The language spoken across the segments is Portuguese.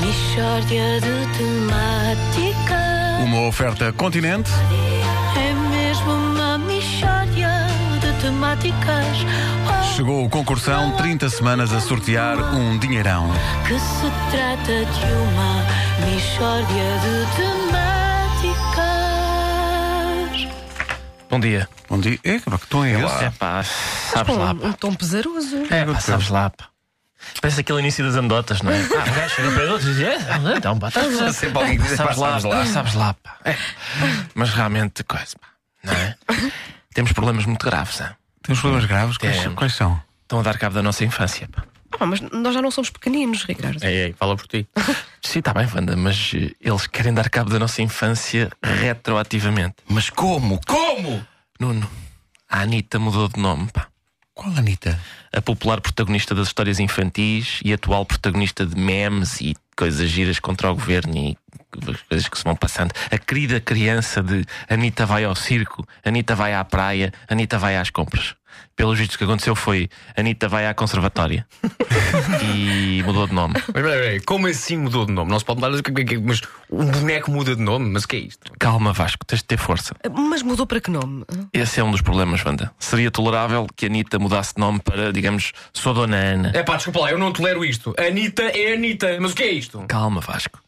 Mistória de temáticas. Uma oferta continente. É mesmo uma mistória de temáticas. Oh, Chegou o concursão 30 semanas a sortear um dinheirão. que se trata de uma mistória de temáticas. Bom dia. Bom dia. É, pá, que tom é É esse? pá, sabes lá. Um, um tom pesaroso. É pá, sabes lá. Pá. Parece aquele início das anedotas, não é? Ah, um gajo chega para todos e diz: É, então, pá, sabes lá. Sempre alguém que diz, pá, Sabes lá, sabes lá. "É, pá, sabes lá, pá. É. Mas realmente, coisa, pá, não é? Temos problemas muito graves, é? Temos problemas graves? É. Quais, Temos. quais são? Estão a dar cabo da nossa infância, pá. Ah, mas nós já não somos pequeninos, Ricardo. Ei, ei, fala por ti. Sim, está bem, Wanda, mas eh, eles querem dar cabo da nossa infância retroativamente. Mas como? Como? Nuno, a Anitta mudou de nome, pá. Qual, Anitta? a popular protagonista das histórias infantis e atual protagonista de memes e coisas giras contra o governo e coisas que se vão passando. A querida criança de Anitta vai ao circo, Anitta vai à praia, Anitta vai às compras. Pelos vistos o que aconteceu foi Anitta vai à conservatória e mudou de nome. Mas peraí, peraí, como assim mudou de nome? Não se pode mudar. Mas um boneco muda de nome? Mas o que é isto? Calma, Vasco, tens de ter força. Mas mudou para que nome? Esse é um dos problemas, Wanda. Seria tolerável que Anitta mudasse de nome para, digamos, Sou Dona Ana. É pá, desculpa lá, eu não tolero isto. Anitta é Anitta, mas o que é isto? Calma, Vasco.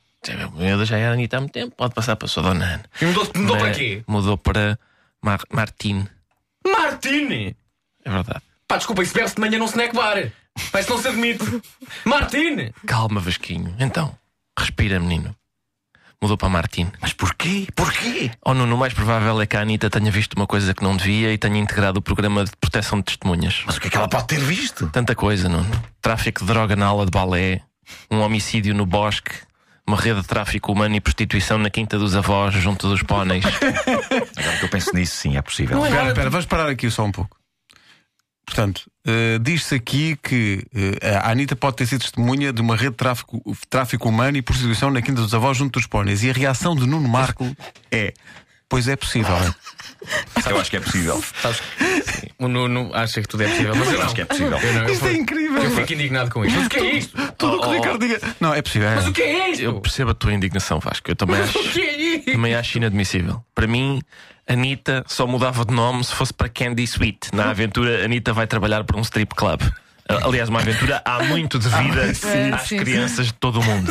Eu já era Anitta há muito tempo, pode passar para Sou Dona Ana. E mudou, mudou Mas para quê? Né? Mudou para Mar Martin. Martini! É verdade. Pá, desculpa, isso bebe-se de manhã num snack bar. Pá, isso não se admite. Martini! Calma, Vasquinho. Então, respira, menino. Mudou para Martin. Mas porquê? Porquê? Ou Nuno, o mais provável é que a Anitta tenha visto uma coisa que não devia e tenha integrado o programa de proteção de testemunhas. Mas o que é que ela pode ter visto? Tanta coisa, Nuno. Tráfico de droga na aula de balé, um homicídio no bosque, uma rede de tráfico humano e prostituição na quinta dos avós, junto dos póneis. Agora que eu penso nisso, sim, é possível. Espera, espera, vamos parar aqui só um pouco. Portanto, eh, diz-se aqui que eh, a Anitta pode ter sido testemunha de uma rede de tráfico, tráfico humano e prostituição na Quinta dos Avós junto dos póneis. E a reação de Nuno Marco é: Pois é possível. Eu acho que é possível. Sabes, o Nuno acha que tudo é possível, mas eu Eu não. acho que é possível. Eu não, eu fico- incrível. eu fico indignado com isto. Mas o que é isto? Tudo o que o Ricardo diga. Não, é possível. é. Mas o que é Eu isto? percebo a tua indignação, Vasco. Eu também acho. O que é isto? Também acho inadmissível. Para mim, Anitta só mudava de nome se fosse para Candy Sweet. Na aventura, Anitta vai trabalhar para um strip club. Ah, Aliás, uma aventura há muito devida às Ah, sim, sim. crianças de todo o mundo.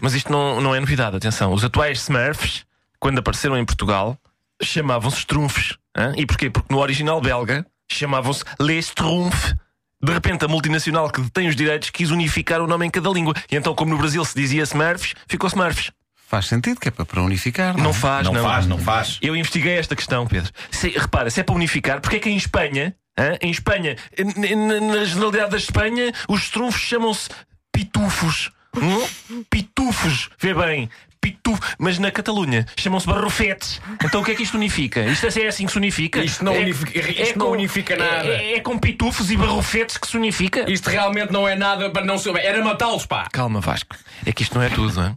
Mas isto não, não é novidade, atenção. Os atuais Smurfs, quando apareceram em Portugal, chamavam-se Strunfs. hã? E porquê? Porque no original belga chamavam-se Les Strumpf. De repente, a multinacional que detém os direitos quis unificar o nome em cada língua. E então, como no Brasil se dizia Smurfs, ficou Smurfs. Faz sentido que é para para unificar. Não é? faz, Não, não. faz, não faz. Eu investiguei esta questão, Pedro. Se, repara, se é para unificar, porque é que em Espanha, hã? em Espanha, n- n- na generalidade da Espanha, os trunfos chamam-se pitufos. Hum? Pitufos, vê bem. Pitufo. Mas na Catalunha chamam-se barrofetes. Então o que é que isto unifica? Isto é assim que se unifica? Isto não é, unifica- isto não unifica nada. É, é com pitufos e barrofetes que se unifica? Isto realmente não é nada para não ser. Era matá-los, pá. Calma, Vasco. É que isto não é tudo, hã?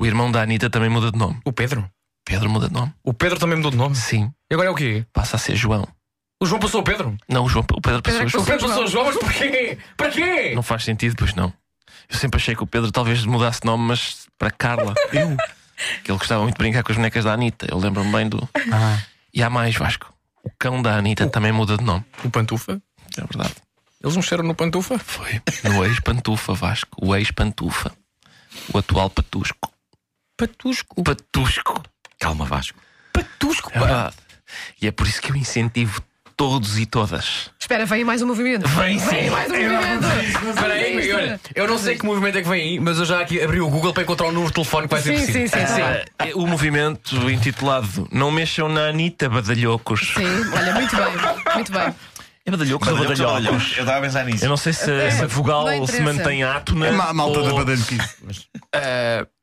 O irmão da Anitta também muda de nome. O Pedro? Pedro muda de nome? O Pedro também mudou de nome. Sim. E agora é o quê? Passa a ser João. O João passou o Pedro? Não, o, João, o Pedro passou a O João. Pedro passou o João, mas porquê? Para quê? Não faz sentido, pois não. Eu sempre achei que o Pedro talvez mudasse de nome, mas para Carla. Eu? Que ele gostava muito de brincar com as bonecas da Anitta. Eu lembro-me bem do. E há mais, Vasco. Ah. O cão da Anitta também muda de nome. O Pantufa? É verdade. Eles mexeram no Pantufa? Foi. No ex-pantufa, Vasco. O ex-pantufa. O atual patusco. Patusco. Patusco. Calma, Vasco. Patusco, É verdade. E é por isso que eu incentivo todos e todas. Espera, vem aí mais um movimento. Vem sim! Mais um movimento. Espera aí, olha, eu não sei que movimento é que vem aí, mas eu já aqui abri o Google para encontrar o número de telefone que vai ser Sim, preciso. sim, sim. Ah, é O movimento intitulado Não Mexam na Anitta Badalhocos. Sim, olha, muito bem. Muito bem. É Badalhocos ou Badalhocos, Badalhocos? badalhocos. Eu estava a pensar nisso. Eu não sei se, se a É, não vogal se interessa. mantém átona. É ma- a malta da ou Badalhoquice.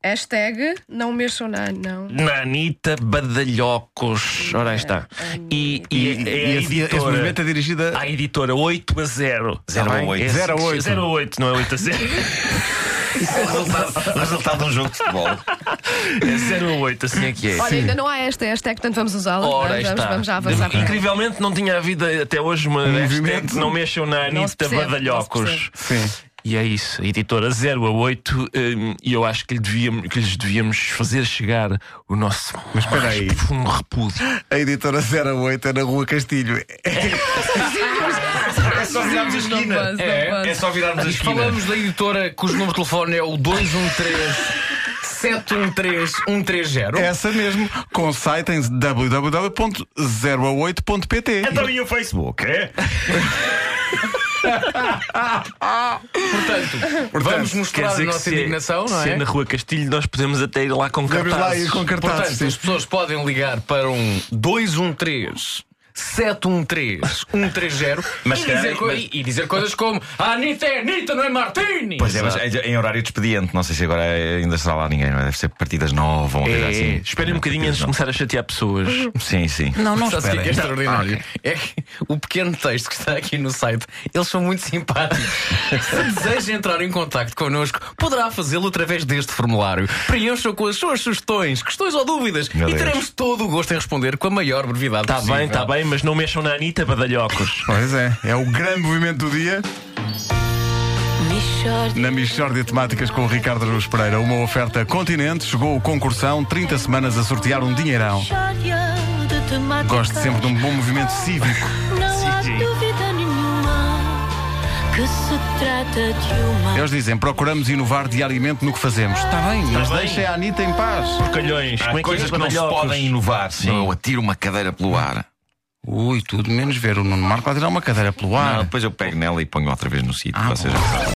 Hashtag não mexam na. Não. Na Anitta Badalhocos. Ora aí está. é E, e, E, é a esse, esse movimento é editora. dirigido a. A editora 8 a 0. Zero a oito. Zero a oito. 0 a 8, não é 8 a 0. O resultado de um jogo de futebol. É 0 a 8, assim é que é. Olha, ainda não há esta hashtag, portanto vamos usá-la. Ora aí vamos, está. vamos, vamos já avançar para ela. Incrivelmente não tinha havido até hoje uma hashtag movimento. Não mexam na Não se Anitta percebe, não se Badalhocos. Sim. E é isso, a editora 0 a 8, hum, e eu acho que, lhe devíamos, que lhes devíamos fazer chegar o nosso Mas espera aí. mais profundo repúdio. A editora 08 é na Rua Castilho. É só virarmos a esquina. Não posso, É, não posso. É só virarmos a esquina. Falamos da editora cujo número de telefone é o 213 713 130. Essa mesmo, com o site em www.08.pt. Então e o Facebook, é? Portanto, vamos Quer mostrar dizer a que nossa se indignação, é, não Se é é? na Rua Castilho, nós podemos até ir lá com Vamos lá cartazes. ir com cartazes. Portanto, as sim. pessoas podem ligar para um 213 713 130 Mas e, se calhar- dizer co- mas- e dizer coisas como A Anitta é Anitta, não é Martini! Pois é, mas é em horário de expediente, não sei se agora ainda será lá ninguém, não é? deve ser partidas nove ou uma coisa É, assim. Esperem um bocadinho antes de Partidas começar a chatear pessoas. nove. Sim, sim. Não, não Sabe o que é que é esperem. extraordinário? Ah, É que o pequeno texto que está aqui no site, eles são muito simpáticos. Se deseja entrar em contacto connosco, poderá fazê-lo através deste formulário. Preencha com as suas sugestões, questões ou dúvidas Meu e Deus. Tá teremos todo o gosto em responder com a maior brevidade Está possível. Tá bem, está bem, mas não mexam na Anitta Badalhocos. Pois é, é o grande movimento do dia Michórdia na Michórdia de Temáticas com o Ricardo Aruz Pereira. Uma oferta continente, chegou o concursão, 30 semanas a sortear um dinheirão. Michórdia de temáticas Gosto sempre de um bom movimento cívico. Não há dúvida nenhuma Que se trata de uma Eles dizem, procuramos inovar diariamente no que fazemos. Está bem, mas bem. deixem a Anitta em paz. Porcalhões, como é Há que é coisas que não se badalhocos? podem inovar, senão eu atiro uma cadeira pelo ar. Ui, tudo menos ver o Nuno Marco a tirar uma cadeira pelo ar. Ah, depois eu pego nela e ponho outra vez no sítio, vocês já sabem.